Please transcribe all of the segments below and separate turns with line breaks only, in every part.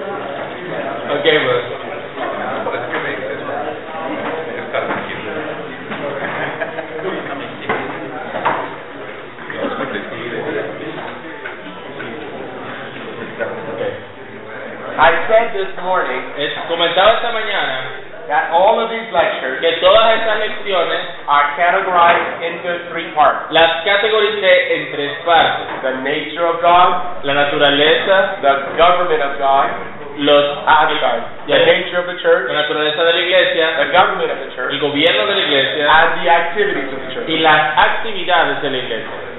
Okay, pues.
Es que me dices, estás mintiendo. No, es que te
Okay.
I said this morning
Es, comentaba esta mañana
that all of these lectures
que todas estas lecciones
are categorized into three parts.
las categoricé en tres partes.
The nature of God,
La naturaleza,
the government of God, uh,
los...
I'm sorry,
Ya,
the
ya.
nature of the church,
La naturaleza de la iglesia,
the government of the church,
el gobierno de la iglesia
and the activities of the
y
church.
las actividades de la iglesia.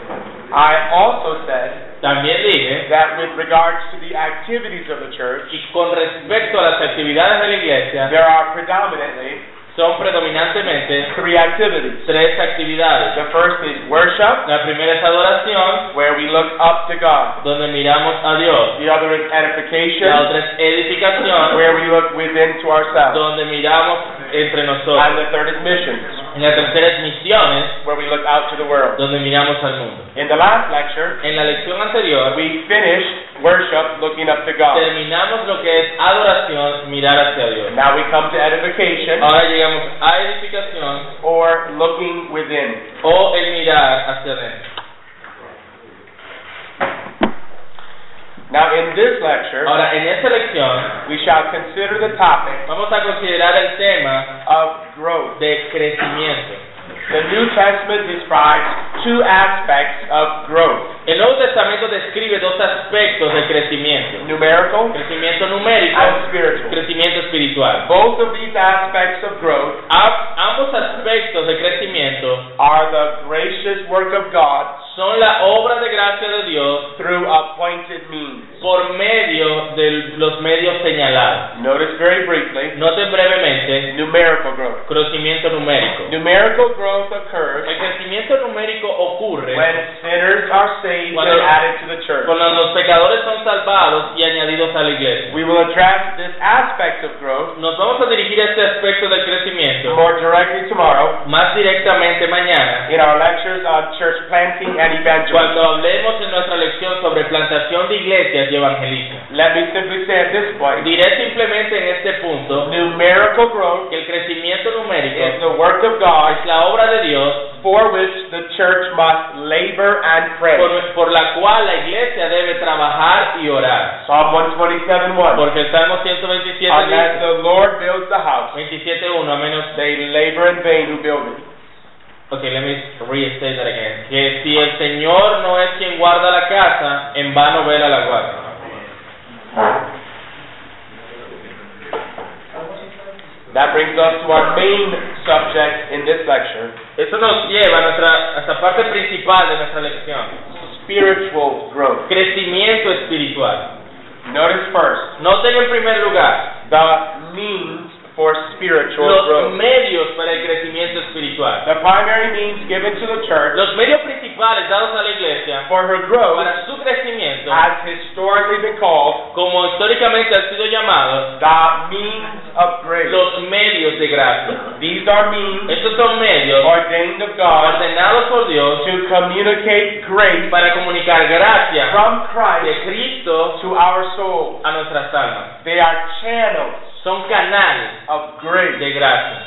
I also said
También dije
that with regards to the activities of the church,
que con respecto a las actividades de la iglesia
there are predominantly
son predominantemente
three activities.
tres actividades.
The first is worship,
La primera es adoración,
where we look up to God.
donde miramos a Dios.
The other is
La
edification,
otra es edificación,
where we look within to ourselves.
donde miramos entre
And
nosotros.
the third is missions,
Y La tercera es misiones,
where we look out to the world.
donde miramos al mundo.
In the last lecture,
En la lección anterior
we finished worship looking up to God.
terminamos lo que es adoración, mirar hacia Dios.
Now we come to edification
Ahora llegamos a edificación
or looking within.
o el mirar hacia adentro.
Now in this lecture,
Ahora, en esta lección
we shall consider the topic
vamos a considerar el tema
of growth.
de crecimiento.
The New Testament describes two aspects of growth
El Nuevo Testamento describe dos aspectos de crecimiento.
numerical
Crecimiento numérico,
and spiritual.
crecimiento espiritual.
Both of these aspects of growth
Ab- ambos aspectos de crecimiento
are the gracious work of God
son la obra de gracia de Dios
through appointed means.
por medio de los medios señalados.
Notice very briefly
Noten brevemente
numerical growth.
crecimiento numérico.
Numerical growth occurs
El crecimiento numérico
when
ocurre
sinners are saved and
Cuando-
added to the church.
cuando los pecadores son salvados y añadidos a la iglesia.
We will address this aspect of growth
Nos vamos a dirigir a este aspecto del crecimiento
more directly tomorrow
más directamente mañana
in our lectures on church planting and evangelism.
cuando hablemos en nuestra lección sobre plantación de iglesias y evangelismo.
Let me simply say at this point
Diré simplemente en este punto
numerical growth
que el crecimiento
is
numérico
the work of God
es la obra de Dios
for which the church must labor and pray.
por, por la cual la iglesia debe trabajar y orar.
Psalm 127:1.
Porque el Salmo 127,
Unless
dice-
the Lord builds the house,
27.1, a menos...
they labor in vain who build it.
Ok, let me restate that again. Que si el Señor no es quien guarda la casa, en vano vela la guarda.
That brings us to our main subject in this lecture,
Eso nos lleva a nuestra hasta parte principal de nuestra lección.
spiritual growth.
Crecimiento espiritual.
Notice first
Noten en primer lugar
the means for spiritual
los
growth.
medios para el crecimiento espiritual.
The primary means given to the church
Los medios principales dados a la iglesia
for her growth
para su crecimiento,
has historically been called
como históricamente han sido llamados,
the means of grace.
los medios de gracia.
These are means
Estos son medios
ordained of God
ordenados por Dios
to communicate grace
para comunicar gracia de
from Christ
Cristo
to our souls.
a nuestras almas.
They are channels
Son canales
of grace.
de gracia.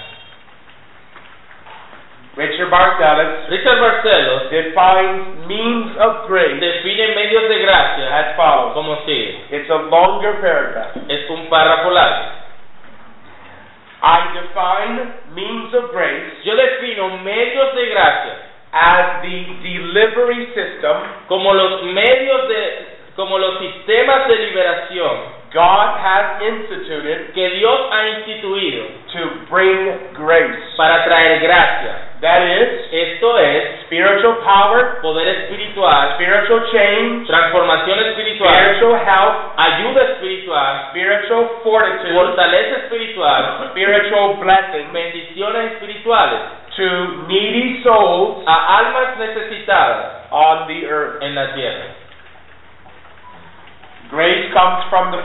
Richard Barcellus
Richard Barcelos
defines means of grace
define medios de gracia
as follows.
como sigue.
It's a longer paragraph.
Es un párrafo largo.
I define means of grace
Yo defino medios de gracia
as the delivery system
como los medios de como los sistemas de liberación
God has instituted
que Dios ha instituido
to bring grace.
para traer gracia.
That is
Esto es
spiritual power,
poder espiritual,
spiritual change,
transformación espiritual,
spiritual health,
ayuda espiritual,
spiritual fortitude,
fortaleza espiritual,
spiritual blessing
bendiciones espirituales
to needy souls
a almas necesitadas
on the earth.
en la tierra.
Grace comes from the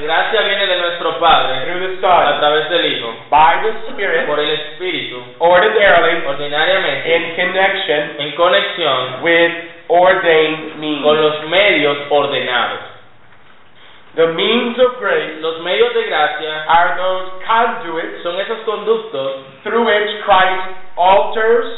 La gracia viene de nuestro Padre
through the
a
Son
través del Hijo,
by the Spirit
por el Espíritu,
ordinarily
ordinariamente
in connection
en conexión
with ordained means.
con los medios ordenados.
The means of grace
Los medios de gracia
are those conduits
son esos conductos,
through which Christ alters,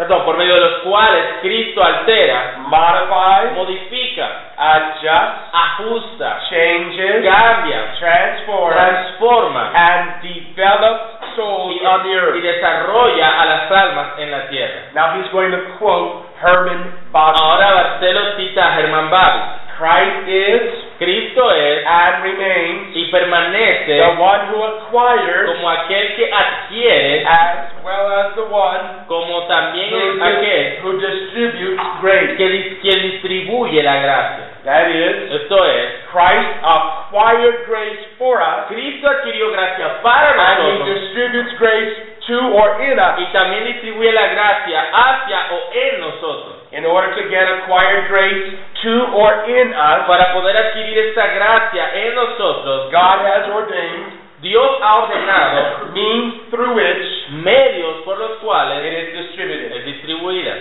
perdón, por medio de los cuales Cristo altera,
modifies,
modifica,
adjusts,
ajusta,
changes,
cambia,
transforms,
transforma
and develops souls
y,
on the
y
earth.
desarrolla a las almas en la tierra.
Now he's going to quote Herman
Ahora
Boswell.
Barcelo cita a Germán Babi.
Christ is
Cristo es
and remains
y
the
permanece
one who acquires
como aquel que adquiere,
as well as the one
como también es aquel
who distributes grace.
que, dis- que distribuye la gracia.
That is,
Esto es,
Christ acquired grace for us,
Cristo adquirió gracia para
and he
nosotros
distributes grace to or in us.
y también distribuye la gracia hacia o en nosotros.
In order to get acquired grace to or in us,
Para poder adquirir esta gracia en nosotros,
God has ordained
Dios ha ordenado
means through which
medios por los
it
cuales
is distributed.
es distribuida.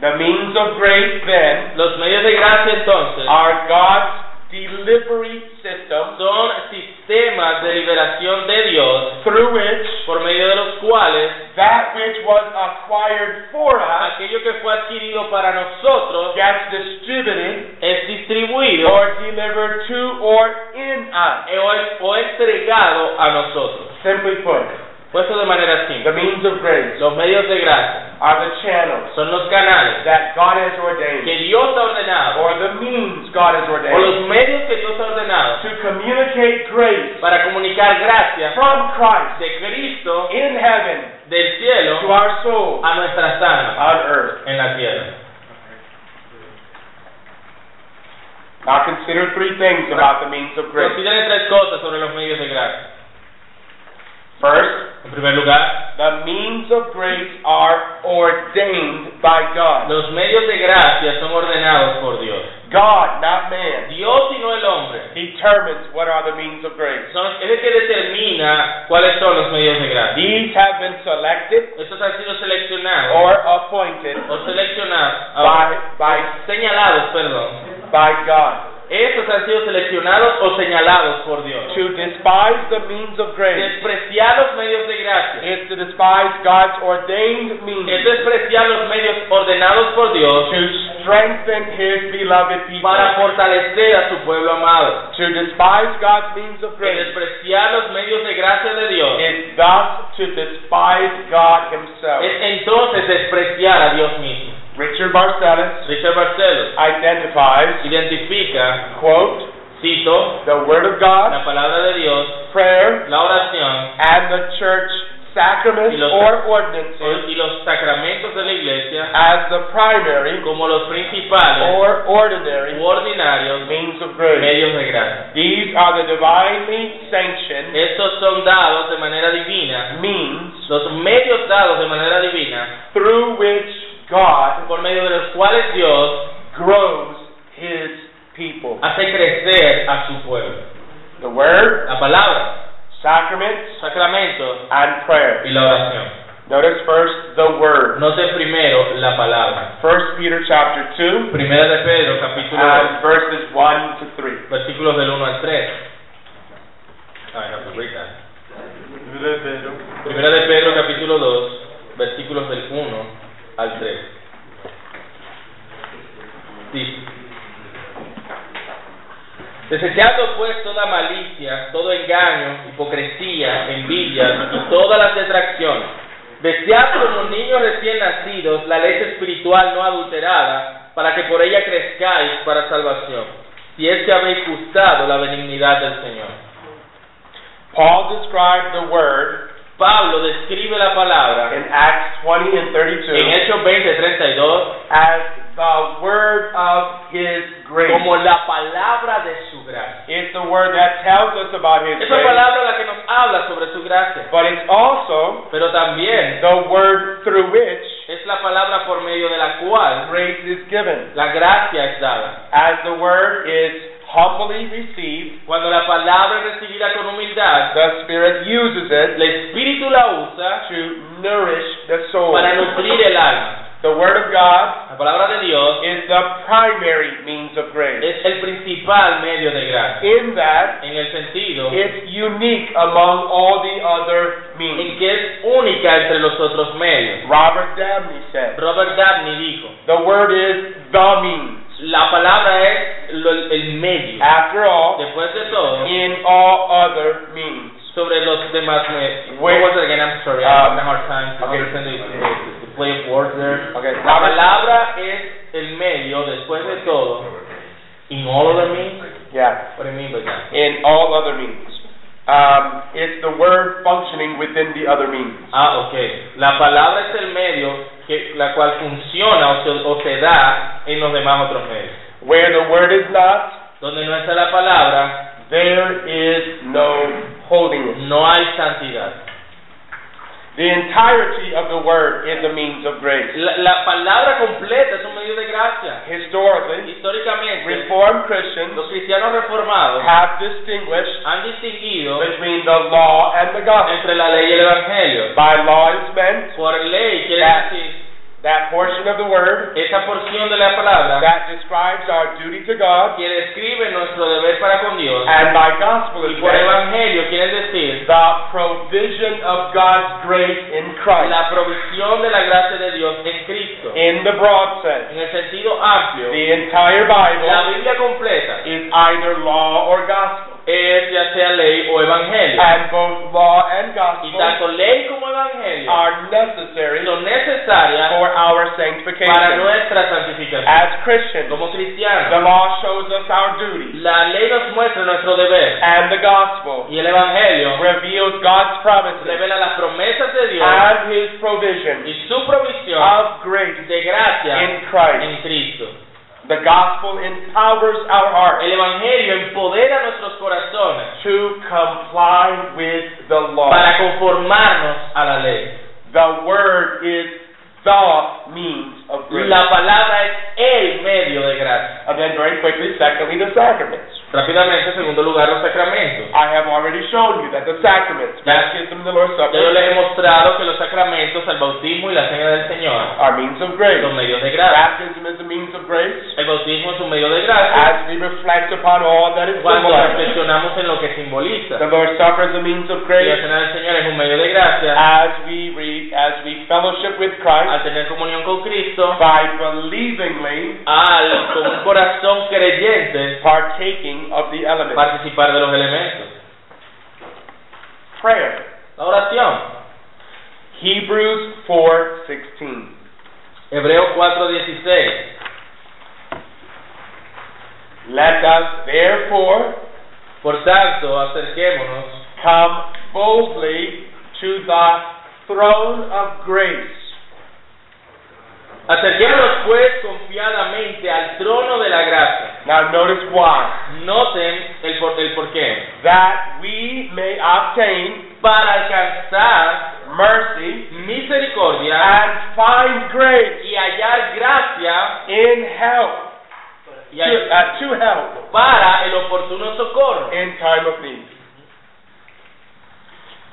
The means of grace, then,
Los medios de gracia entonces
are God's delivery system
son sistemas de liberación de Dios
through which
por medio de los cuales
that which was acquired for us
aquello que fue adquirido para nosotros
gets distributed
es distribuido
or delivered to or in us.
o, o entregado a nosotros.
Simply put,
Puesto de manera
the
simple,
means of grace
los medios de gracia
are the channels
son los canales
that God has
que
ordained,
Dios ha ordenado
or the means God has
o
ordained,
los medios que Dios ha ordenado
to communicate grace
para comunicar gracia
from Christ
de Cristo
in heaven
del
to
cielo
our souls
a nuestras almas
on earth.
en la tierra.
Now consider three things about the means of grace.
Consideren tres cosas sobre los medios de gracia.
First,
En primer lugar,
the means of grace are ordained by God.
los medios de gracia son ordenados por Dios.
God, not man,
Dios y no el hombre.
determines what are the means of grace.
Son- es el que determina cuáles son los medios de gracia.
These have been selected
Estos han sido seleccionados
or appointed
o seleccionados,
by,
ah,
by,
señalados, perdón.
by God.
Estos han sido seleccionados o señalados por Dios.
To despise the means of grace
Despreciar los medios de gracia
is to despise God's ordained
es
means
despreciar los medios ordenados por Dios
to strengthen His beloved people.
para fortalecer a su pueblo amado.
To despise God's means of
Que
grace
despreciar los medios de gracia de Dios
is thus to despise God Himself.
es entonces despreciar a Dios mismo.
Richard Barcellus
Richard Barcelos
identifies,
identifica,
quote,
cito,
the Word of God,
la palabra de Dios
prayer,
la oración
and the church
Y
sacraments
los-
or ordinances
y los sacramentos de la iglesia
as the primary
como los principales
or ordinary
u ordinarios
means of grace.
medios de gracia.
These are the divinely sanctioned
Estos son dados de manera divina,
means
los medios dados de manera divina,
through which God
por medio de los cuales Dios
grows his people.
hace crecer a su pueblo.
The word,
La palabra,
sacraments,
los sacramentos
and prayer.
y la oración.
Notice first the word.
Note primero la palabra.
First Peter chapter 2
Primera de Pedro, capítulo
and verses 1 to 3.
2, versículos del 1 al 3. Ay, no, pues, ahorita. Primera de Pedro capítulo 2, versículos del 1 al 3. Dice, Desechando pues toda malicia, todo engaño, hipocresía, envidia y todas las detracciones, desead como niños recién nacidos la leche espiritual no adulterada, para que por ella crezcáis para salvación, si es que habéis gustado la benignidad del Señor.
Paul described the word
Pablo describe la palabra
in Acts 20 and 32
en Hechos 20, 32,
as the word of his grace.
como la palabra de su gracia.
It's the word that tells us about His
Esa
grace,
palabra es la que nos habla sobre su gracia,
but it's also
pero también
the word through which
es la palabra por medio de la cual
grace is given.
la gracia es dada.
As the word is humbly received,
Cuando la palabra es recibida con humildad,
the Spirit uses it
el Espíritu la usa
to nourish the soul.
para nutrir el alma.
The Word of God
La palabra de Dios
is the primary means of grace,
es el principal medio de gracia,
in that
en el sentido
it's unique among all the other means.
en que es única entre los otros medios.
Robert Dabney said,
Robert Dabney dijo,
the Word is the means.
la palabra es lo- el medio.
After all,
Después de todo,
in all other means.
sobre los demás medios.
Where-
What was it again? I'm sorry, I'm having a hard time to
Okay.
understand the, the play of words there.
Okay,
La
Robert,
palabra es el medio, después de todo, in all other means.
yeah,
What do you mean by that?
in all other means. Um, it's the word functioning within the other means.
Ah, ok. La palabra es el medio que la cual funciona o se, o se da en los demás otros medios.
Where the word is not,
Donde no está la palabra,
there is no holiness.
no hay santidad.
The entirety of the word is a means of grace.
La, la palabra completa es un medio de gracia.
Historically,
Históricamente,
Reformed Christians
los cristianos reformados
have distinguished
han distinguido
between the law and the gospel.
entre la ley y el evangelio.
By law is meant
Por ley quiere
That-
decir
that portion of the word
esa porción de la palabra
that describes our duty to God,
que describe nuestro deber para con Dios.
and by gospel
Y
is
por
meant
evangelio quiere decir
the provision of God's grace in Christ,
la provisión de la gracia de Dios en Cristo.
in the broad sense.
En el sentido amplio,
The entire
la
Bible
Biblia completa
is either law or gospel,
es ya sea ley o evangelio.
and both law and
Y
gospel
tanto ley como evangelio
are necessary
son necesarias
for our
para
sanctification.
nuestra santificación.
As Christians,
Como
the
cristianos,
law shows us our duty,
la ley nos muestra nuestro deber
and the gospel
y el evangelio
reveals God's promises
revela las promesas de Dios
and His provision
y su provisión
of grace
de gracia
in Christ.
Ah. en Cristo.
The gospel empowers our hearts.
El evangelio empodera nuestros corazones
to comply with the law.
para conformarnos a la ley.
The word is the means of grace.
La palabra es el medio de gracia.
And then very quickly, secondly, the sacraments.
Rápidamente, en segundo lugar, los sacramentos.
I have already shown you that the sacraments,
Ya-
baptism, the Lord's
Ya yo
Supper,
les he mostrado que los sacramentos, el bautismo y la cena del Señor,
are means of grace.
son medios de gracia.
Baptism is a means of grace
El bautismo es un medio de gracia
as we reflect upon all that is
cuando
symbolized.
reflexionamos en lo que simboliza.
The Lord's Supper is a means of
Y la
grace
cena del Señor es un medio de gracia
as we read, as we fellowship with Christ
al tener comunión con Cristo,
by believingly
al con un corazón creyente
partaking of the elements.
participar de los elementos.
Prayer.
La oración.
Hebrews 4:16.
Hebreo 4:16.
Let us therefore
Por tanto, acerquémonos
come boldly to the throne of grace,
Acerquémonos pues confiadamente al trono de la gracia.
Now notice why.
Noten el por, el porqué.
That we may obtain
Para alcanzar
mercy
misericordia
and find grace
y hallar gracia
in help
y
to,
hay-
uh, to help
para el oportuno socorro.
in time of need.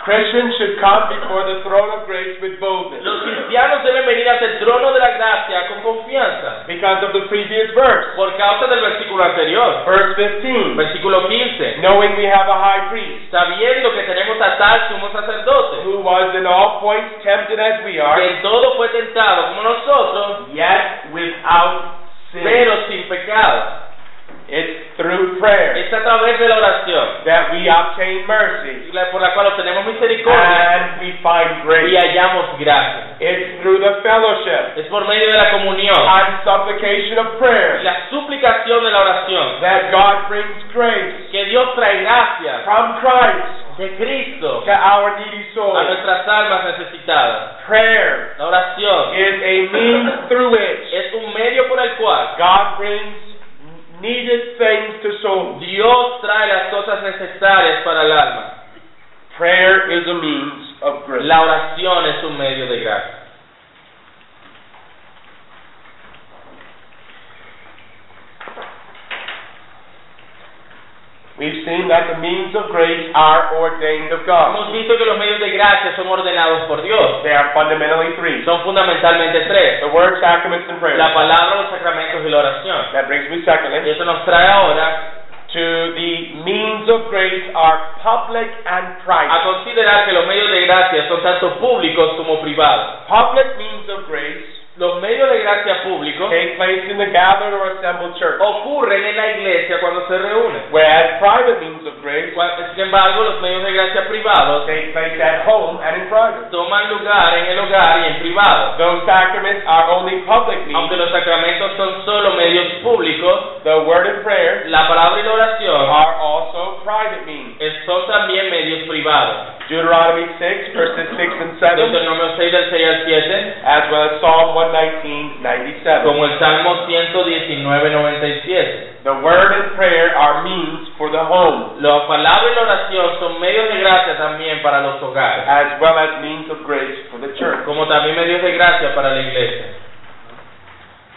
Christians should come before the throne of grace with boldness
Los cristianos deben venir hacia el trono de la gracia con confianza.
because of the previous verse,
Por causa del versículo anterior,
verse 15.
versículo 15.
knowing we have a high priest
Sabiendo que tenemos a tal sumo sacerdote,
who was in all points tempted as we
que
are,
en todo fue tentado como nosotros,
yet without sin.
pero sin pecado.
It's through prayer
Es a través de la oración.
that we obtain mercy
la- por la cual obtenemos misericordia
and we
y
find grace.
hallamos gracia.
It's through the fellowship
Es por medio de la comunión
and supplication of
y
prayer
la suplicación de la oración
that God brings grace
que Dios trae gracia
from Christ
de Cristo
to our needy
a
souls.
nuestras almas necesitadas.
Prayer
La oración
is a means through which
es un medio por el cual
God brings needed things to souls.
Dios trae las cosas necesarias para el alma.
Prayer is a means of grace.
La oración es un medio de gracia.
We've seen that the means of grace are ordained of God.
Hemos visto que los medios de gracia son ordenados por Dios.
They are fundamentally three.
Son fundamentalmente tres.
The word, sacraments, and prayer.
La palabra, los sacramentos y la oración.
That brings me
Y
secondly
eso nos trae ahora
to the means of grace are public and
a
private.
considerar que los medios de gracia son tanto públicos como privados.
Public means of grace
Los medios de gracia públicos
take place in the gathered or assembled church,
ocurren en la iglesia cuando se reúnen.
whereas private means of grace
Cua- Sin embargo, los medios de gracia privados
take place at home and in private.
toman lugar en el hogar y en privado.
Those sacraments are only public
Aunque
means.
los sacramentos son solo medios públicos,
The word and prayer
la palabra y la oración
are also private means.
es- son también medios privados.
Deuteronomy 6, verses 6 and 7,
Deuteronomio 6 del 6 al 7,
as well as Psalm 119, 97.
como el Salmo 119, 97.
The word and prayer are means for the home,
La palabra y la oración son medios de gracia también para los hogares,
as well as means of grace for the church.
como también medios de gracia para la iglesia.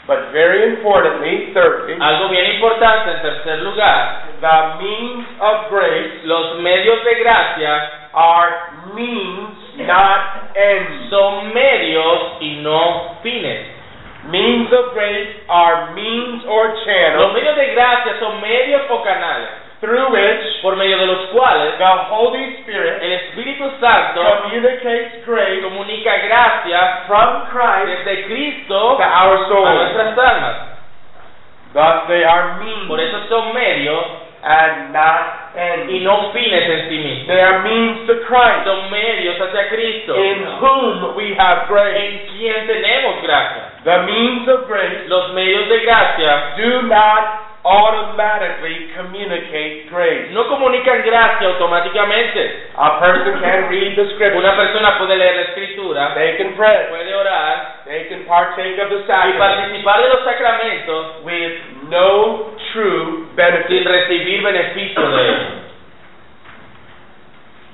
But very importantly, thirdly,
Algo bien importante en tercer lugar,
the means of grace
los medios de gracia
are means, not ends.
son medios y no fines.
Means of grace are means or
Los
channels
medios de gracia son medios o canales
through which
por medio de los cuales
the Holy Spirit
el Espíritu Santo
communicates grace
comunica gracia
from Christ
desde Cristo
to
a
our souls.
nuestras almas.
Thus they are
Por
means
eso son medios
and not ends.
y no fines en sí mismos.
They are means to Christ,
Son medios hacia Cristo.
in whom we have grace.
en quien tenemos gracia.
The means of grace
Los medios de gracia
do not automatically communicate grace.
no comunican gracia automáticamente.
A person can read the
Una
scripture,
persona puede leer la escritura,
they can pray,
puede orar
they can partake of the
y
sacrament
participar de los sacramentos
with no true
sin
benefit.
recibir beneficio de ellos.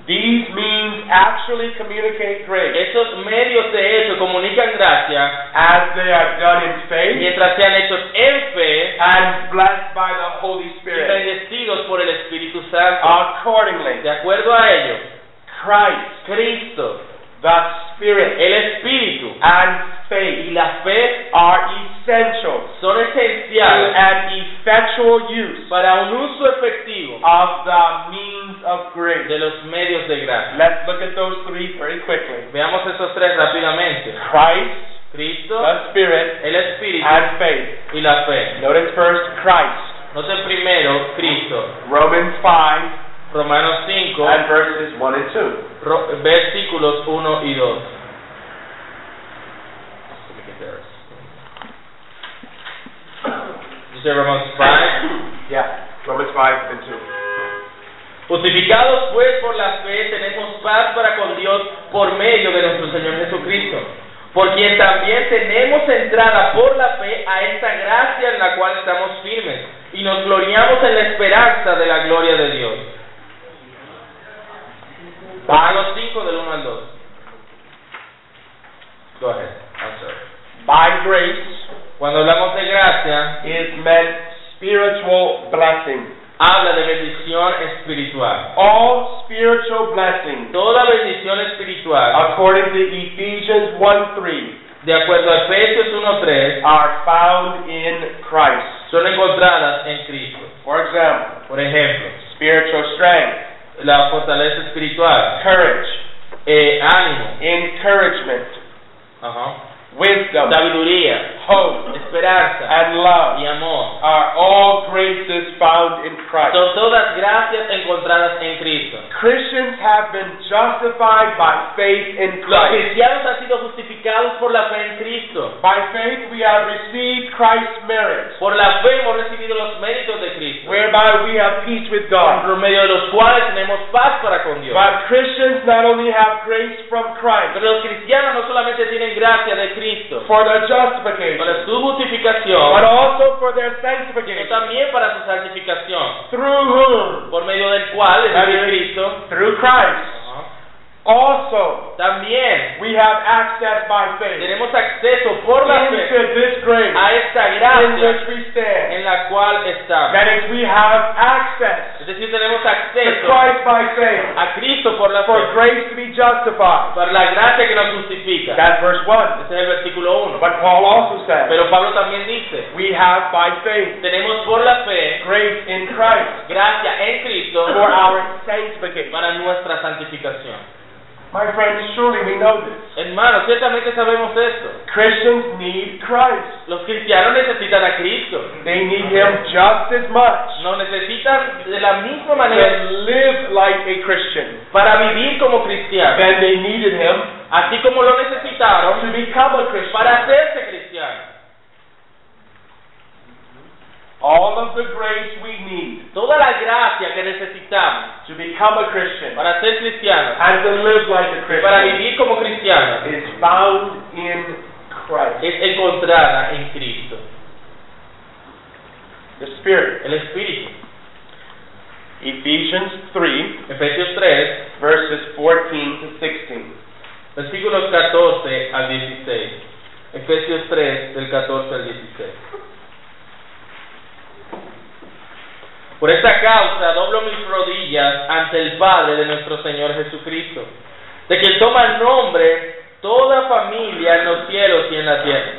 These means actually communicate grace
Esos medios de hecho comunican gracia
as they are done in faith
mientras sean hechos en fe
and blessed by the Holy
y
Spirit.
bendecidos por el Espíritu
Ah.
Santo.
Accordingly,
De acuerdo a ello,
Christ,
Cristo,
the Spirit,
el Espíritu
and
y
faith
la fe
are essential
son
to
esenciales
an effectual use
para un uso efectivo
of the means of grace.
de los medios de gracia.
Let's look at those three very quickly.
Veamos esos tres rápidamente.
Christ,
Cristo,
the Spirit,
el Espíritu
and faith.
y la fe.
Notice first Christ,
Noten primero Cristo,
Romans 5
Romanos 5,
and verses 1 and 2.
ro- versículos 1 y 2. Dice Romanos 5.
Yeah, Romans 5 and 2.
Justificados pues por la fe tenemos paz para con Dios por medio de nuestro Señor Jesucristo, por quien también tenemos entrada por la fe a esta gracia en la cual estamos firmes y nos gloriamos en la esperanza de la gloria de Dios. Pagos 5 del 1 al 2. Go ahead. I'm sorry.
By grace
Cuando hablamos de gracia,
is meant spiritual blessing.
habla de bendición espiritual.
All spiritual blessings,
Toda bendición espiritual
according to Ephesians 1 3,
de acuerdo a Efesios 1.3,
are found in Christ.
son encontradas en Cristo.
For example,
Por ejemplo,
spiritual strength,
la fortaleza espiritual,
courage,
eh, ánimo,
encouragement,
ajá,
wisdom,
sabiduría,
hope,
esperanza
and love
y amor.
are all graces found in Christ.
Son todas gracias encontradas en Cristo.
Christians have been justified by faith in
Los
Christ.
cristianos han sido justificados por la fe en Cristo.
By faith we have received Christ's merit,
Por la fe hemos recibido los méritos de Cristo,
whereby we have peace with God.
por medio de los cuales tenemos paz para con Dios.
But Christians not only have grace from
Pero
Christ
los cristianos no solamente tienen gracia de Cristo
for their
para
justification,
su justificación,
but also for their
sino
sanctification,
también para su santificación,
through whom?
por medio del cual, es decir, Cristo,
Through Christ, Also,
También
we have access by faith
tenemos acceso por la
into
fe
this grace
a esta
in which
gracia
we stand.
en la cual estamos.
That is, we have access
Es decir, tenemos
to
acceso
Christ by faith
a Cristo por la
for
fe,
grace to be justified.
por la gracia que nos justifica.
That's verse 1.
Ese es el versículo 1.
But Paul also says,
Pero Pablo también dice,
we have by faith
tenemos por la fe
grace in Christ
gracia en Cristo
for our sanctification.
para nuestra santificación.
My friends, surely we know this.
Hermanos, ciertamente sabemos esto.
Christians need Christ.
Los cristianos necesitan a Cristo.
They need Him just as much
Nos necesitan de la misma
to
manera
live like a Christian
para vivir como cristianos,
than they needed Him
así como lo necesitaron
to become a Christian.
para hacerse cristianos.
All of the grace we need
Toda la gracia que necesitamos
to become a Christian
para ser cristianos
and to live like a
y para
Christian
vivir como cristianos
is found in Christ.
es encontrada en Cristo,
The Spirit.
el Espíritu.
Ephesians 3,
Efesios 3,
verses 14 to 16.
versículos 14 al 16. Efesios 3, del 14 al 16. Por esta causa doblo mis rodillas ante el Padre de nuestro Señor Jesucristo, de quien toma nombre toda familia en los cielos y en la tierra,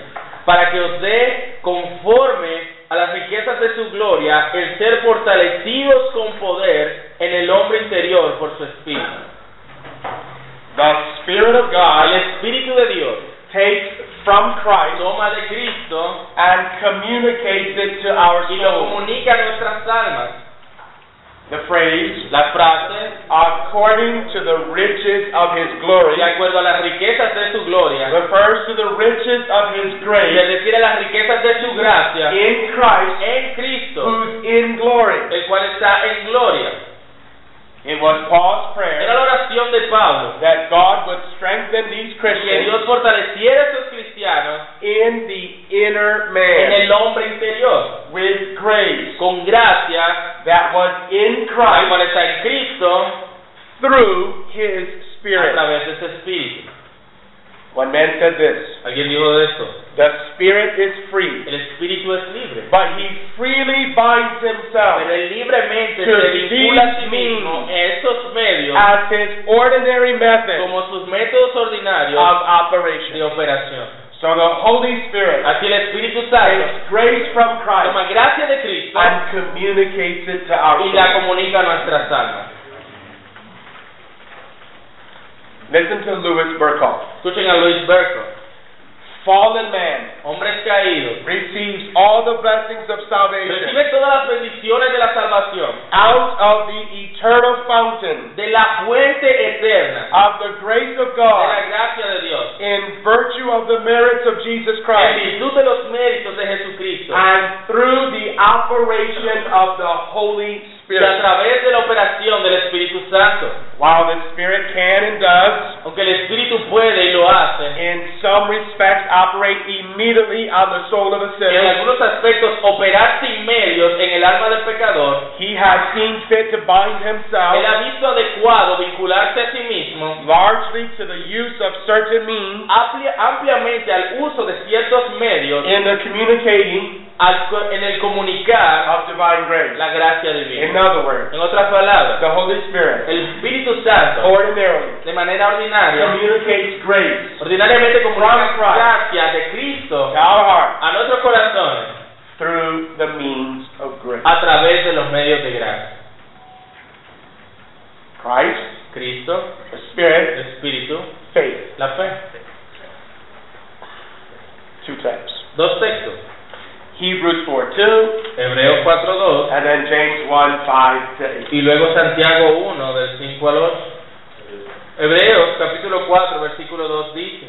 para que os dé conforme a las riquezas de su gloria el ser fortalecidos con poder en el hombre interior por su espíritu.
The Spirit of
El
God
espíritu de Dios
takes from Christ
toma de Cristo
and communicates it to our
y lo
soul.
comunica a nuestras almas.
The phrase,
La frase,
according to the riches of His glory,
de acuerdo a las riquezas de su gloria,
refers to the riches of His
es
grace
decir, a las riquezas de su gracia
in Christ,
en Cristo,
who's in glory.
el cual está en gloria.
It was Paul's
Era
prayer
la oración de Pablo,
that God would strengthen these
que
Christians
Dios fortaleciera a esos cristianos
in the inner
en
man
el hombre interior,
with grace
con gracia,
that was in
la
Christ
cual está en Cristo,
through His
a
Spirit.
través de ese espíritu.
One man said this.
¿Alguien dijo de esto?
The Spirit is free,
El espíritu es libre.
but he freely binds
Pero
himself
él libremente
To
se vincula a sí
these
mismo Ah,
means.
a estos medios
as his ordinary method
como sus métodos
of
ordinarios de
operation.
operación.
So the Holy Spirit
Así el Espíritu Santo
takes grace from Christ
toma gracia de Cristo
and communicates it to our
y la
soul.
comunica a nuestras almas.
Listen to Louis Burkhoff.
Escuchen a Luis Berko.
Fallen man
Hombres caídos,
receives all the blessings of salvation
recibe todas las bendiciones de la salvación,
out of the eternal fountain
de la fuente eterna,
of the grace of
de la
God
gracia de Dios,
in virtue of the merits of Jesus
en
Christ.
virtud de los méritos de Jesucristo
and through the operation of the Holy
y a
Spirit.
través de la operación del Espíritu Santo.
While the Spirit can and does,
Aunque el Espíritu puede y lo hace,
in some respects, operate immediately on the soul of a
en
sinner,
algunos aspectos operar sin medios en el alma del pecador,
he has seen fit to bind himself
el aviso adecuado vincularse a sí mismo
largely to the use of certain means
amplia- ampliamente al uso de ciertos medios
in the communicating
al co- en el comunicar
of divine grace.
la gracia
In
divina.
other words,
En otras palabras,
the Holy Spirit
el Espíritu Santo,
ordinarily
de manera ordinaria,
communicates grace
ordinariamente comunica
From Christ.
gracia de
to
Cristo
our heart
a nuestros corazones
through the means of grace.
a través de los medios de gracia.
Christ,
Cristo,
the Spirit,
el Espíritu,
faith.
la fe.
two types.
Dos textos.
Hebrews 4 2,
Hebreos 4.2
and then James 1 5 to
Y luego Santiago 1, del 5 al 8. Hebreos capítulo 4, versículo 2 dice,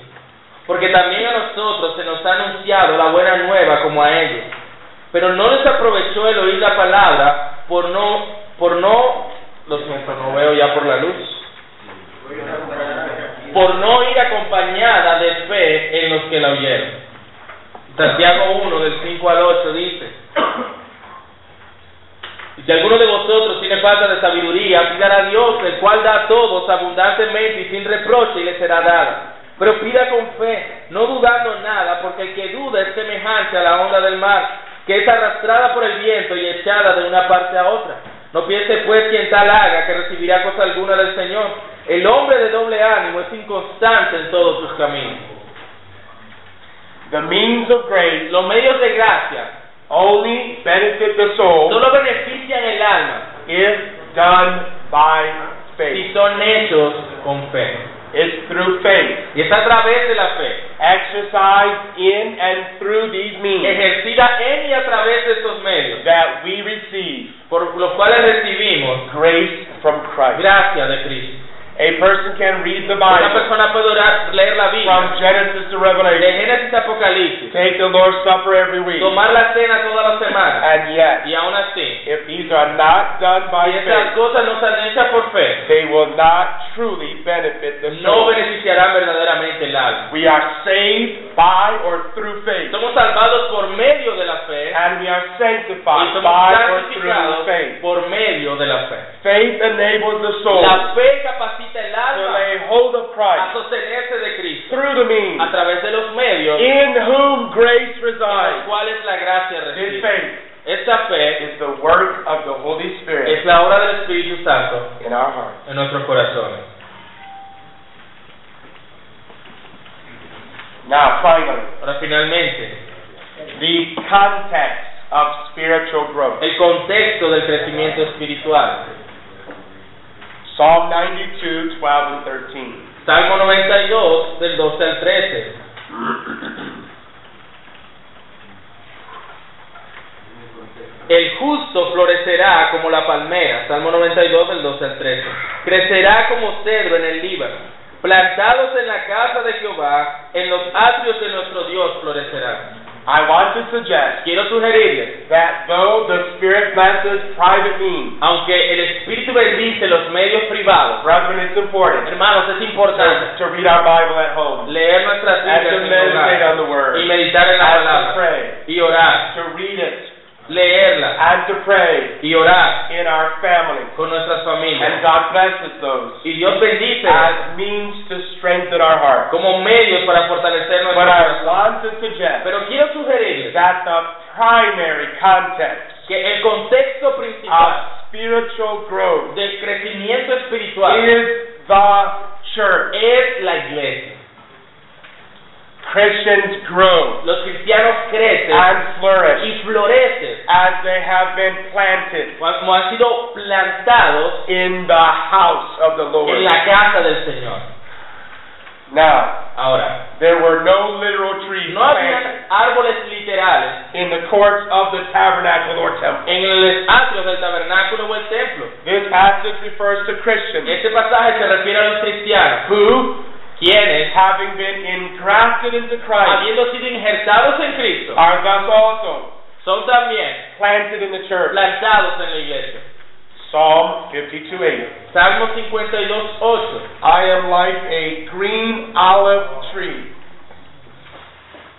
porque también a nosotros se nos ha anunciado la buena nueva como a ellos, pero no les aprovechó el oír la palabra por no, por no, lo siento, no veo ya por la luz, por no ir acompañada de fe en los que la oyeron. Santiago 1, del 5 al 8 dice, ya alguno de vosotros tiene falta de sabiduría, pidan a Dios, el cual da a todos abundantemente y sin reproche, y le será dada. Pero pida con fe, no dudando nada, porque el que duda es semejante a la onda del mar, que es arrastrada por el viento y echada de una parte a otra. No piense pues quien tal haga que recibirá cosa alguna del Señor. El hombre de doble ánimo es inconstante en todos sus caminos.
The means of grace
Los medios de gracia
only benefit the soul
solo benefician el alma
if done by
si
faith.
son hechos con fe.
It's through faith.
Y es a través de la fe,
Exercised in and through these means
ejercida en y a través de estos medios,
that we receive
por los cuales recibimos
grace from Christ.
gracia de Cristo.
A person can read the
Una
Bible
persona puede orar, leer la Biblia,
from Genesis
de
to Revelation,
Génesis a Apocalipsis,
take the Lord's Supper every week,
tomar la cena todas las semanas,
and yet,
y aún así,
if these are not done by
si estas
faith,
cosas no están hechas por fe,
they will not truly benefit the
no
soul.
beneficiarán verdaderamente el alma.
We are saved by or through faith,
Somos salvados por medio de la fe
and we are
y
sanctified
somos
by or through
santificados
faith.
por medio de la fe.
Faith enables the soul
La fe capacita el
to
alma
lay hold of
a
Christ
sostenerse de Cristo.
through the means
a través de los medios en
in whom grace
los
resides.
cuales la gracia
This
recibe.
faith
Esta fe
is the work of the Holy
es
Spirit
la obra del Espíritu Santo
in our hearts.
en nuestros corazones.
Now, finally,
Ahora, finalmente,
the context of spiritual growth.
el contexto del crecimiento espiritual.
Psalm 92, 12, and 13.
Salmo 92, del 12 al 13. El justo florecerá como la palmera, Salmo 92, del 12 al 13. Crecerá como cedro en el Líbano. Plantados en la casa de Jehová, en los atrios de nuestro Dios florecerán.
I want to suggest
Quiero sugerirles,
that though the Spirit blesses private means,
aunque el Espíritu bendice los medios privados,
brethren, it's important
hermanos, es
to,
importante
to read our Bible at home,
leer nuestras
and to
Biblias en el
meditate
hogar
on the
y
Word,
meditar en la
and to
palabra
pray,
y orar,
to read it,
leerla
and to pray
y orar
in our family.
con nuestras
And
familias.
God blesses those
Y Dios bendice
as means to strengthen our heart.
como medios para fortalecer nuestro
But I
corazón.
want to suggest
Pero quiero sugerirles
that the primary context
que el contexto
of
principal
spiritual growth
del crecimiento espiritual
is the church.
es la iglesia.
Christians grow
Los cristianos crecen
and flourish
y florecen
as they have been planted
como han sido plantados
in the house of the
en
Lord.
la casa del Señor.
Now,
Ahora,
there were no literal trees
no
planted
había árboles literales
in the courts of the tabernacle or temple.
en los atrios del tabernáculo o el templo.
This passage refers to Christians
Este pasaje se refiere a los cristianos,
who,
quienes,
having been engrafted into Christ,
habiendo sido injertados en Cristo,
are thus also
son también
planted in the church.
plantados en la iglesia.
Psalm 52:8.
Salmo 52, 8.
I am like a green olive tree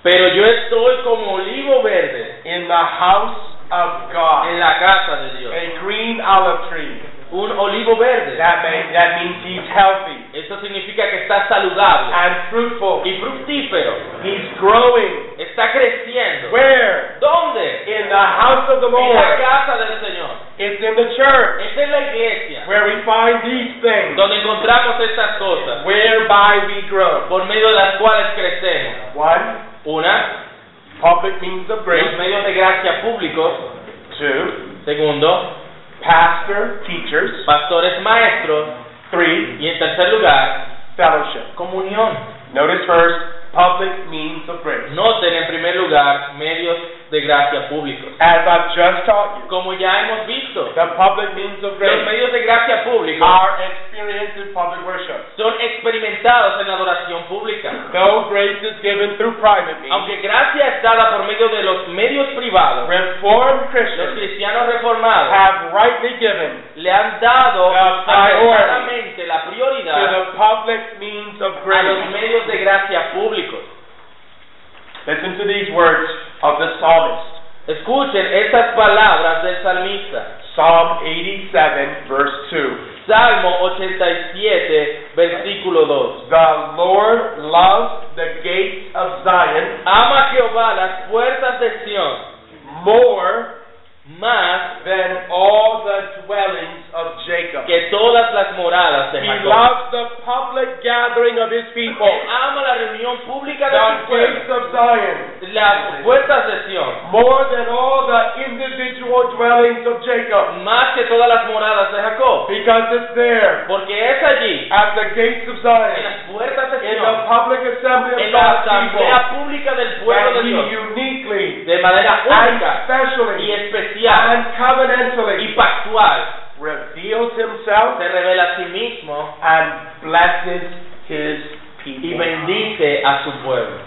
Pero yo estoy como olivo verde
in the house of
en
God.
la casa de Dios.
A green olive tree.
Un olivo verde.
That, may, that means he's healthy
Eso significa que está saludable
and fruitful.
y fructífero.
He's growing.
Está creciendo.
Where?
¿Dónde?
In the house of the
En la
Lord.
casa del Señor.
It's in the church
Es en la iglesia
where we find these things
donde encontramos estas cosas
whereby we grow.
por medio de las cuales crecemos.
One,
Una,
public means of
los
grace.
medios de gracia públicos.
Two,
Segundo,
pastor, teachers.
pastores maestros.
Three,
Y en tercer lugar,
fellowship.
comunión.
Notice first, public means of grace.
Noten en primer lugar medios de gracia públicos.
As I've just taught you,
Como ya hemos visto,
The public means of
los
grace
medios de gracia públicos
are experienced in public worship.
son experimentados en la adoración pública.
Though grace is given through private means,
Aunque gracia es dada por medio de los medios privados,
Reformed
los
Christians
cristianos reformados
have rightly given
le han dado
La priority.
acertadamente la
to
prioridad
the public means
a
of
los
grace.
medios de gracia públicos.
Listen to these words of the psalmist.
Escuchen estas palabras del salmista.
Psalm 87, verse 2.
Salmo 87, versículo 2.
The Lord loves the gates of Zion
Ama Jehová las puertas de Sión
more
más
than all the dwellings of Jacob.
que todas las moradas de
He
Jacob.
loves the public gathering of his people,
Que ama la reunión pública de
the
su
gates
pueblo,
of Zion,
las puertas de Sión,
more than all the individual dwellings of Jacob,
más que todas las moradas de Jacob.
because it's there
Porque es allí,
at the gates of
en
Zion,
las puertas de
in the
Sión,
public assembly of
en la
God's people,
asamblea pública del pueblo
where
de
he
Dios,
uniquely
de manera
and
única y
specially
especial
and
y
covenantally
pactual,
reveals himself
se revela a sí mismo
and blesses his
y
people.
bendice a su pueblo.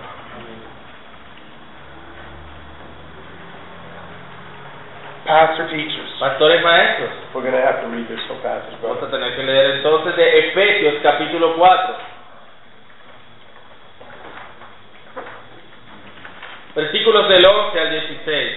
Pastor teachers,
Pastores maestros,
we're going to have to read this so fast,
Vamos
brother.
a tener que leer entonces de Efesios capítulo 4. Versículos del 11 al 16.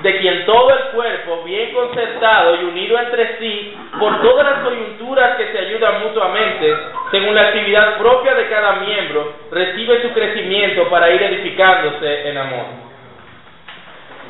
de quien todo el cuerpo, bien concertado y unido entre sí, por todas las coyunturas que se ayudan mutuamente, según la actividad propia de cada miembro, recibe su crecimiento para ir edificándose en amor.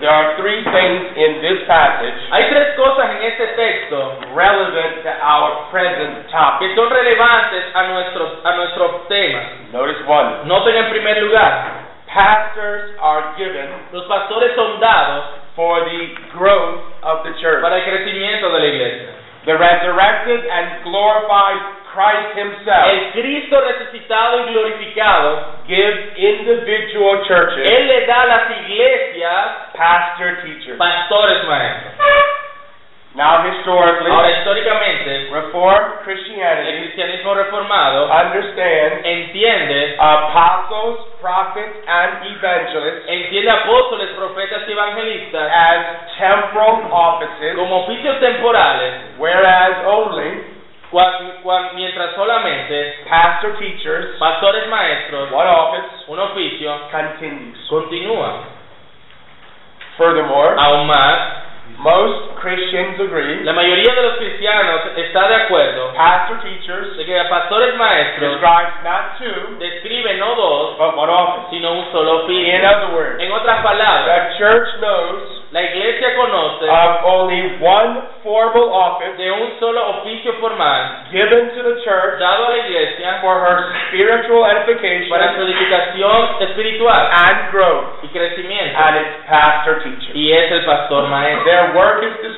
There are three things in this passage
Hay tres cosas en este texto
relevant to our present topic.
que son relevantes a nuestros a nuestros temas.
Notice one.
Noten en primer lugar,
Pastors are given
los pastores son dados
for the growth of the church.
para el crecimiento de la iglesia.
The resurrected and glorified Christ himself
El Cristo resucitado y glorificado,
gives individual churches
Él le da a las iglesias
pastor teachers.
pastores maestros.
Now historically,
Ahora, históricamente, el
Reformed Christianity
cristianismo reformado
understands
entiende
apostles, prophets, and evangelists
entiende apóstoles, profetas y evangelistas
as temporal offices,
como oficios temporales,
whereas only
cuan- cuan- mientras solamente
pastor teachers,
pastores maestros,
one office,
un oficio
continues.
Continúa.
Furthermore,
Aún más,
most Christians agree
la mayoría de los cristianos está de acuerdo
pastor teachers
de que a pastores maestros
describes not two,
describe no dos,
but one office.
sino un solo
In
oficio.
other words,
En otras palabras,
the church knows
la iglesia conoce
of only one formal office
de un solo oficio formal
given to the church
dado a la iglesia
for her spiritual
para su
edification
edificación espiritual
and growth,
y crecimiento,
and it's pastor teachers.
y es el pastor maestro.
Their work is described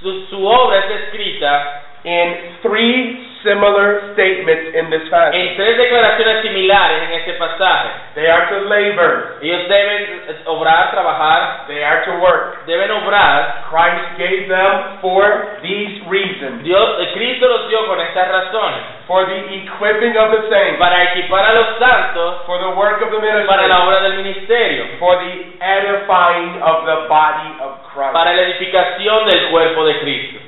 Su, su obra es descrita
in three similar statements in this passage.
en tres declaraciones similares en este pasaje.
They are to labor,
Ellos deben eh, obrar, trabajar,
they are to work.
deben obrar
Christ gave them for these reasons
Dios, eh, Cristo los dio con estas razones,
for the equipping of the saints,
para equipar a los santos
for the work of the
para la
ministry,
obra del ministerio,
for the edifying of the body of
para
Christ.
la edificación del cuerpo de Cristo.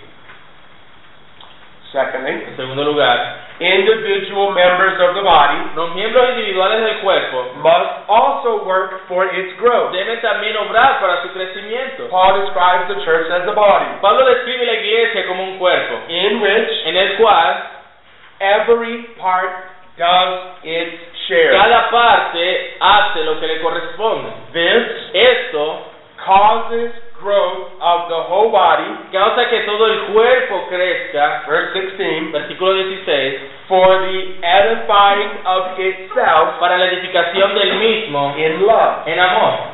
Secondly,
En segundo lugar,
individual members of the body
los miembros individuales del cuerpo
must also work for its growth.
deben también obrar para su crecimiento.
Paul describes the church as a body
Pablo describe la iglesia como un cuerpo,
in which
en el cual
Every part does its share.
cada parte hace lo que le corresponde.
This
Esto
causes growth of the whole body,
causa que todo el cuerpo crezca,
verse 16,
versículo 16,
for the edifying of itself
para la edificación del mismo
in love.
en amor.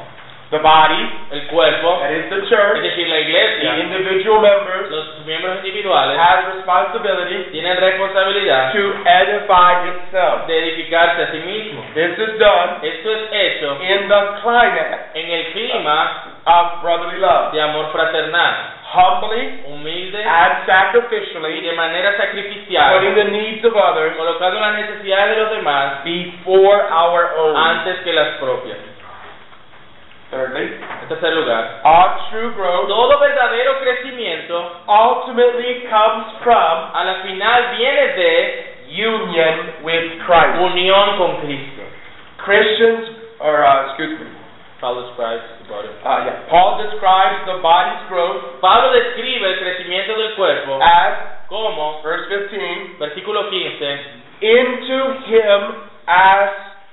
the body,
el cuerpo,
that is the
es
church,
decir, la
the
iglesia,
individual members,
los miembros individuales
has responsibility
tienen responsabilidad
to edify itself.
de edificarse a sí mismos.
This is done
Esto es hecho
in the climax
en el clima
of brotherly love,
de amor fraternal,
humbly
humilde
and
y
sacrificially
de manera sacrificial,
putting the needs of others
colocando las necesidades de los demás
before our own.
antes que las propias.
Thirdly,
En tercer lugar,
our true growth
todo verdadero crecimiento
ultimately comes from
a la final viene de
union with Christ.
unión con Cristo.
Christians, or uh, excuse me,
Paul describes the body.
uh, yeah, Paul describes the body's growth
Pablo describe el crecimiento del cuerpo
as,
como,
verse 15,
versículo 15,
into him as,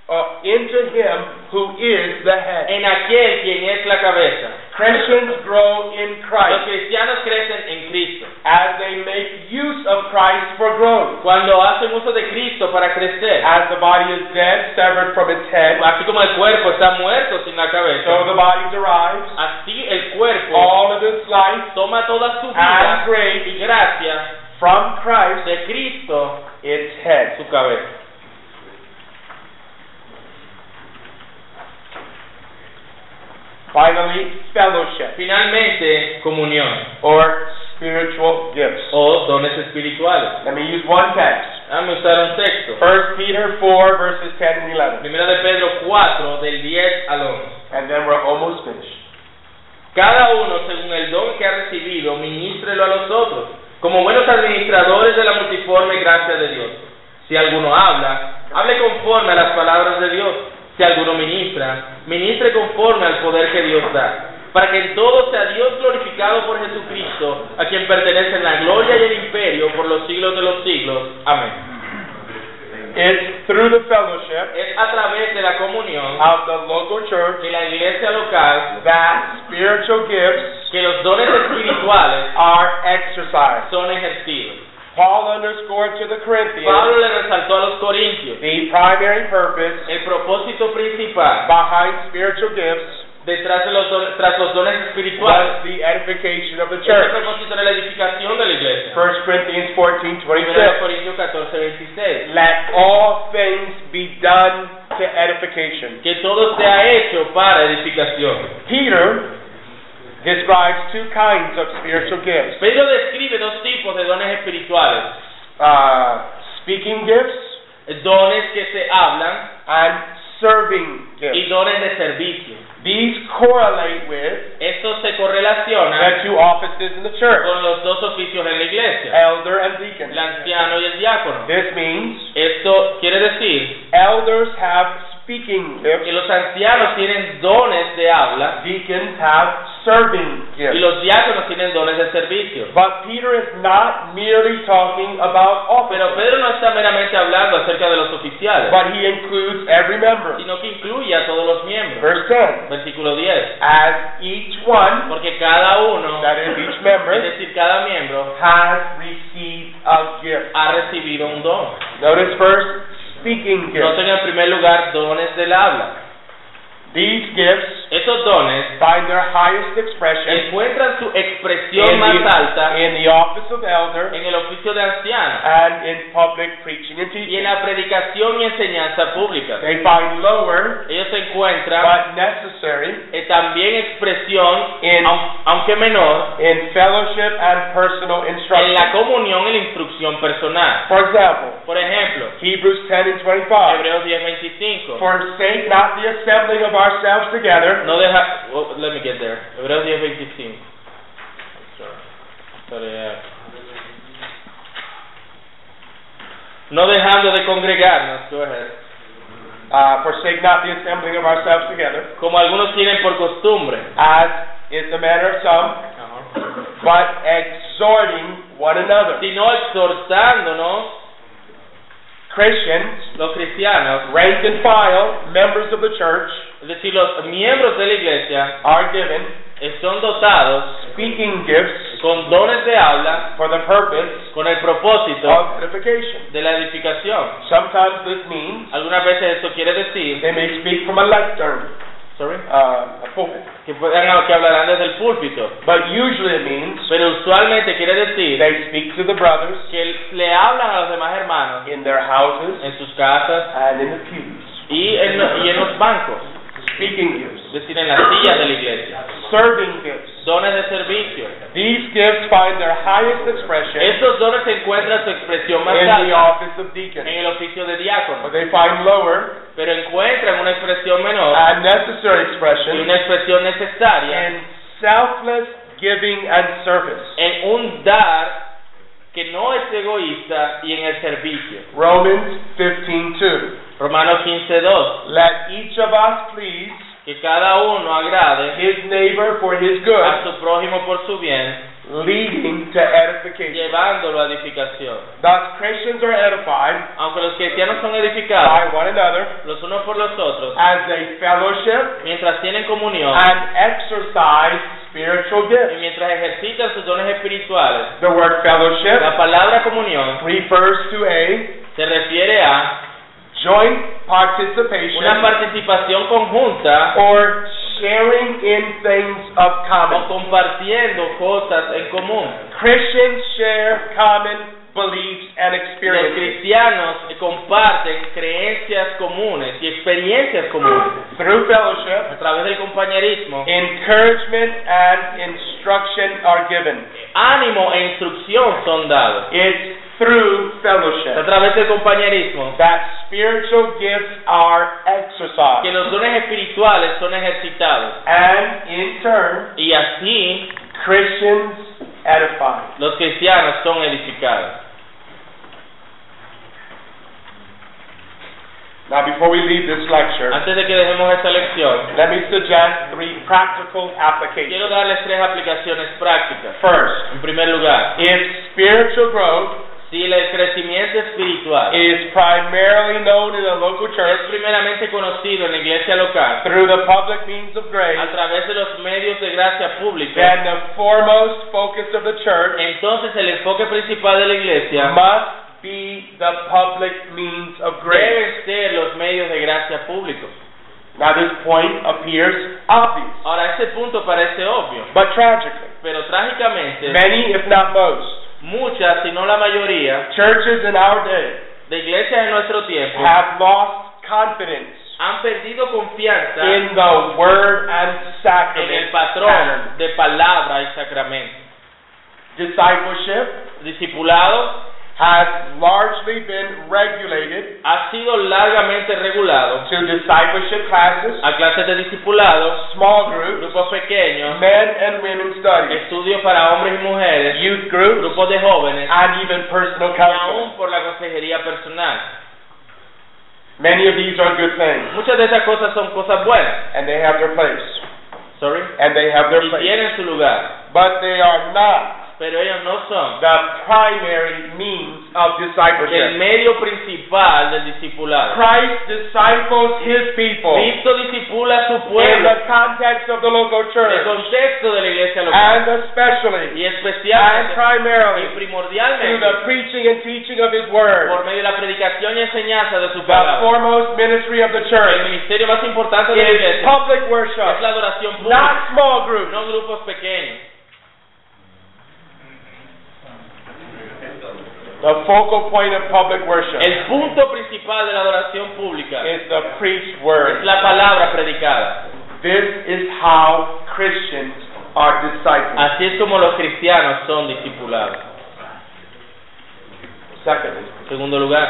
uh, into him who is the head.
en aquel quien es la cabeza.
Christians grow in
Los
Christ
cristianos crecen en Cristo.
as they make use of Christ for growth.
Cuando hacen uso de Cristo para crecer,
As the body is dead, severed from its head,
así como el cuerpo está muerto sin la
so
cabeza,
the body derives
así el cuerpo
all of its life
toma toda su
and
vida y
grace
gracia
from Christ,
de Cristo
its head.
su cabeza.
Finally, fellowship
Finalmente, comunión
or spiritual gifts.
o dones espirituales.
Let me use one text.
Vamos a usar un texto.
1 Peter 4, verses 10 and 11.
Primera de Pedro 4, del 10 al 11.
And then we're almost finished.
Cada uno, según el don que ha recibido, ministrelo a los otros, como buenos administradores de la multiforme gracia de Dios. Si alguno habla, hable conforme a las palabras de Dios. Si alguno ministra, ministre conforme al poder que Dios da, para que en todo sea Dios glorificado por Jesucristo, a quien pertenecen la gloria y el imperio por los siglos de los siglos. Amén.
It's through the fellowship
Es a través de la comunión
of the local church
de la iglesia local
that spiritual gifts
que los dones espirituales
are exercised.
son ejercidos.
Paul underscored to the
Pablo
Corinthians
le resaltó a los corintios
the primary purpose
el propósito principal
behind spiritual gifts
detrás de los don- tras los dones espirituales.
was the edification of the
Este
church.
propósito era la edificación de la iglesia.
1 Corinthians 14,
Primera
26.
de Corintios 14, 26.
Let all things be done to edification.
Que todo sea hecho para edificación.
Peter describes two kinds of spiritual gifts
Pedro describe dos tipos de dones espirituales.
uh, speaking gifts
Dones que se hablan
and serving
y
gifts.
dones de servicio.
These correlate with
Estos se
the
correlacionan
two offices in the church
con los dos oficios en la iglesia,
elder and deacon.
el anciano y el diácono.
This means
Esto quiere decir
elders have speaking
que
gifts,
los ancianos tienen dones de habla
deacons have serving
y
gifts.
los diáconos tienen dones de servicio.
But Peter is not merely talking about
Pero
offices,
Pedro no está meramente hablando acerca de los oficiales,
but he includes every member.
sino que incluye a todos los miembros.
Verse 10.
Versículo 10.
As each one,
Porque cada uno,
that is each
es
member,
decir, cada miembro,
has received a gift.
ha recibido un don.
Notice first,
No
speaking gifts.
tenga en primer lugar dones del habla.
These gifts
Estos dones
find their highest expression
encuentran su expresión
in
más
the,
alta
in the office of elder
en el oficio de anciano
and in public preaching and
y en
teaching.
la predicación y enseñanza pública.
They find lower
Ellos se encuentran
but necessary
eh, también expresión,
En-
aun- aunque menor,
in fellowship and personal
en la
instruction.
comunión y la instrucción personal.
For example,
Por ejemplo,
Hebrews 10 and 25.
Hebreos 10:25.
Forsake not the assembling of ourselves together,
No deja. oh, let me get there. Hebreos 10:25. Sorry. Sorry, eh. No dejando de congregarnos, go ahead,
uh, forsake not the assembling of ourselves together,
como algunos tienen por costumbre,
as is the manner of some, but exhorting one another.
sino exhortándonos
Christians,
los cristianos,
rank and file, members of the church,
es decir, los miembros de la iglesia,
are given
eh, son dotados
speaking gifts
con dones de habla,
for the purpose
con el propósito
of edification.
de la edificación.
Sometimes this means
Algunas veces esto quiere decir
they may speak from a lectern
Sorry.
uh, a pulpit.
Que, puedan, que hablarán desde el púlpito.
But usually it means
Pero usualmente quiere decir
they speak to the brothers
que le hablan a los demás hermanos
in their houses
en sus casas
and in the pews,
y en, lo- y en los bancos,
speaking gifts,
es decir, en las sillas de la iglesia.
serving gifts.
Dones de servicio.
These gifts find their highest expression
Estos dones encuentran su expresión más
in the
alta
office of
en
deacon,
el oficio de diácono,
but they find lower
pero encuentran una expresión menor
and necessary
y
expression
una expresión necesaria
in selfless giving and service.
en un dar que no es egoísta y en el servicio.
Romans 15:2.
Romanos 15:2,
Let each of us please
que cada uno agrade
his neighbor for his
a
good,
su prójimo por su bien,
leading to edification.
llevándolo a edificación.
Thus Christians are edified
Aunque los cristianos son edificados
by one another
los unos por los otros,
as they fellowship
mientras tienen comunión
and exercise spiritual
y
gifts.
mientras ejercitan sus dones espirituales,
The word
la
fellowship
palabra comunión
refers to a
se refiere a
joint
una
participation
participación conjunta
or sharing in things of
o
common.
compartiendo cosas en común.
Christians share common beliefs and
Los
experiences.
cristianos comparten creencias comunes y experiencias comunes
Through fellowship,
a través del compañerismo.
Encouragement and instruction are given.
Ánimo e instrucción son dados.
It's through
A
fellowship
través del compañerismo
that spiritual gifts are
que
exercised.
los dones espirituales son ejercitados.
And in turn,
Y así
Christians edify.
los cristianos son edificados.
Now, before we leave this lecture,
Antes de que dejemos esta lección,
let me suggest three practical
quiero
applications.
darles tres aplicaciones prácticas.
First,
En primer lugar,
if spiritual growth
si el crecimiento espiritual
is primarily known in a local
es
church
primeramente conocido en la iglesia local,
through the public means of
a
grace,
través de los medios de gracia pública,
then the foremost focus of the church
entonces el enfoque principal de la iglesia
must be the public means of grace.
deben ser los medios de gracia públicos.
Now, this point appears obvious,
Ahora, este punto parece obvio,
but tragically,
pero trágicamente,
many, if not most,
muchas, si no la mayoría,
churches in our day
de iglesias en nuestro tiempo
have lost confidence
han perdido confianza
in the word and
en el
sacrament.
patrón de palabra y sacramento.
Discipleship
Discipulado
has largely been regulated
ha sido largamente regulado
to discipleship classes,
a clases de discipulados,
small groups,
grupos pequeños,
men and women studies,
estudios para hombres y mujeres,
youth groups,
grupos de jóvenes
and even personal
y
counseling.
aún por la consejería personal.
Many of these are good things.
Muchas de esas cosas son cosas buenas,
and they have their place,
sorry,
and they have their
y
place.
tienen su lugar,
But they are not
pero ellos no son
the primary means of
el
discipleship.
medio principal del discipulado.
Christ disciples his people in
Cristo discipula a su pueblo
the context of the local
en el
church,
contexto de la iglesia
and
local
especially
y
and
especialmente y
primarily through
primordialmente
the preaching and teaching of his word,
por medio de la predicación y enseñanza de su
the
palabra.
foremost ministry of the
El
church
ministerio más importante de la
is
iglesia
public
es
worship,
la adoración pública,
not small groups.
no grupos pequeños.
The focal point of public worship
El punto principal de la adoración pública
is the preached word.
es la palabra predicada.
This is how Christians are disciples.
Así es como los cristianos son discipulados.
Secondly,
En segundo lugar,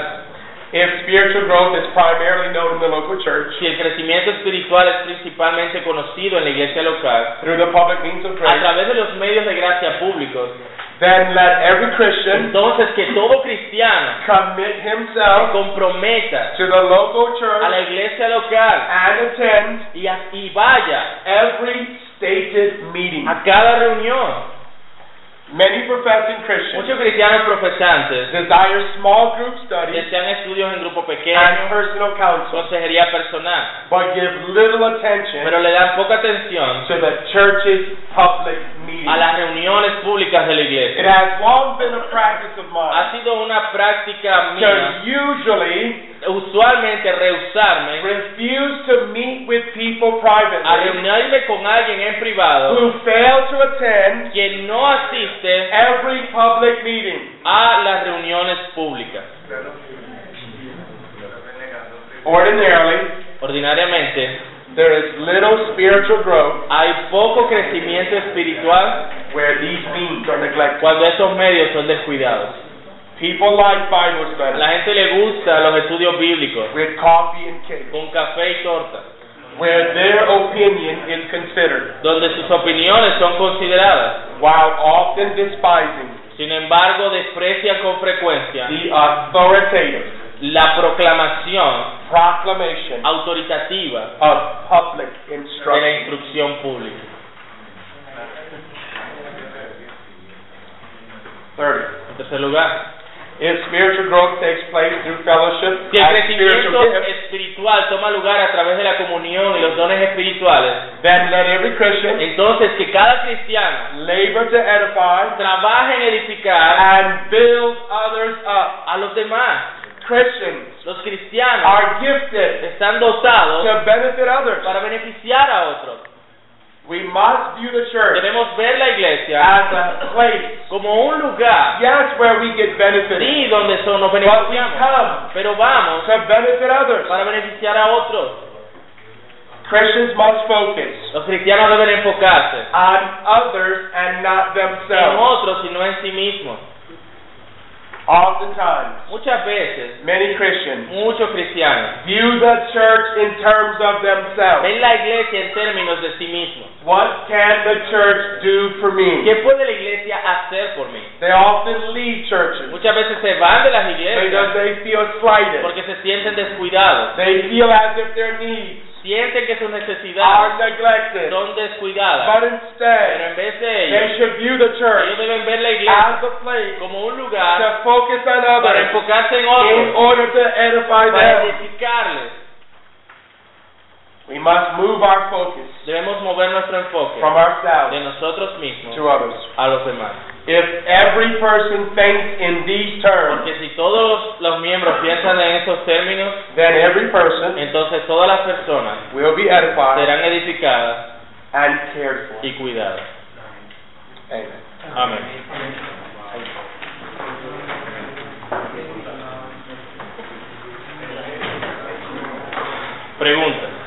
if spiritual growth is primarily known in the local church
si el crecimiento espiritual es principalmente conocido en la iglesia local,
through the public means of
a
grace,
través de los medios de gracia públicos,
then let every Christian
entonces que todo cristiano
commit
se
himself
comprometa
to the local
a la
church
iglesia local
and attend
y, a- y vaya
every stated meeting.
a cada reunión.
Many professing Christians
Muchos cristianos profesantes
desire small group studies
desean estudios en grupos
and
pequeños,
personal counsel,
consejería personal,
but give little attention
pero le dan poca atención
to the church's public
a
meetings.
las reuniones públicas de la
It
iglesia.
has long been a practice of mine
Ha sido una práctica
So
mía
usually
usualmente rehusarme
refuse to meet with people
a
privately
reunirme con alguien en privado
who fail to attend
quien no asiste
every public meeting
a las reuniones públicas.
ordinarily
Ordinariamente
there is little spiritual growth
hay poco crecimiento espiritual
where these means are neglected
cuando esos medios son descuidados.
people like bible
A
studies
la gente le gusta los estudios bíblicos
with coffee and cake
con café y torta,
where their opinion is considered
donde sus opiniones son consideradas.
while often despising
Sin embargo, desprecian con frecuencia
the authoritative
la proclamación
proclamation
Uh, autoritativa
of public
de la
instruction.
instrucción pública.
Third,
En tercer lugar,
if spiritual growth takes place through fellowship
si el
and spiritual
crecimiento
gifts,
espiritual toma lugar a través de la comunión y los dones espirituales,
then let every Christian
entonces que cada cristiano
labor to edify
trabaje en edificar
and build others up.
a los demás.
Christians
Los cristianos
are gifted
están dotados
to benefit others.
para beneficiar a otros.
We must view the church
Debemos ver la iglesia
as a place,
como un lugar,
yes, where we get benefited,
sí, donde son, nos
but we
beneficiamos,
come
pero vamos
to benefit others.
para beneficiar a otros.
Christians must focus
Los cristianos deben enfocarse
on others and not
en
themselves.
otros y no en sí mismos.
Oftentimes,
Muchas veces,
many Christians
muchos cristianos
view the church in terms of themselves.
ven la iglesia en términos de sí mismos.
What can the church do for
¿Qué
me?
puede la iglesia hacer por mí?
They often leave churches
Muchas veces se van de las
because
iglesias
they feel slighted.
porque se sienten descuidados,
They feel as if their needs
sienten que sus
are
necesidades
neglected.
son descuidadas,
But
pero
instead,
en vez de
they
ellos,
should view the
ellos
church
deben ver la iglesia
as a place
como un
to
lugar
focus on
para
others
enfocarse en
in
otros,
order to edify
para
them.
edificarles.
We must move our focus
Debemos mover nuestro enfoque
from
de
ourselves
nosotros
to
mismos
others.
a los demás.
If every person thinks in these terms,
Porque si todos los miembros piensan en esos términos,
then every person
entonces todas las personas
will be edified
serán edificadas
and cared for.
y cuidadas.
Amen.
Amén. Pregunta.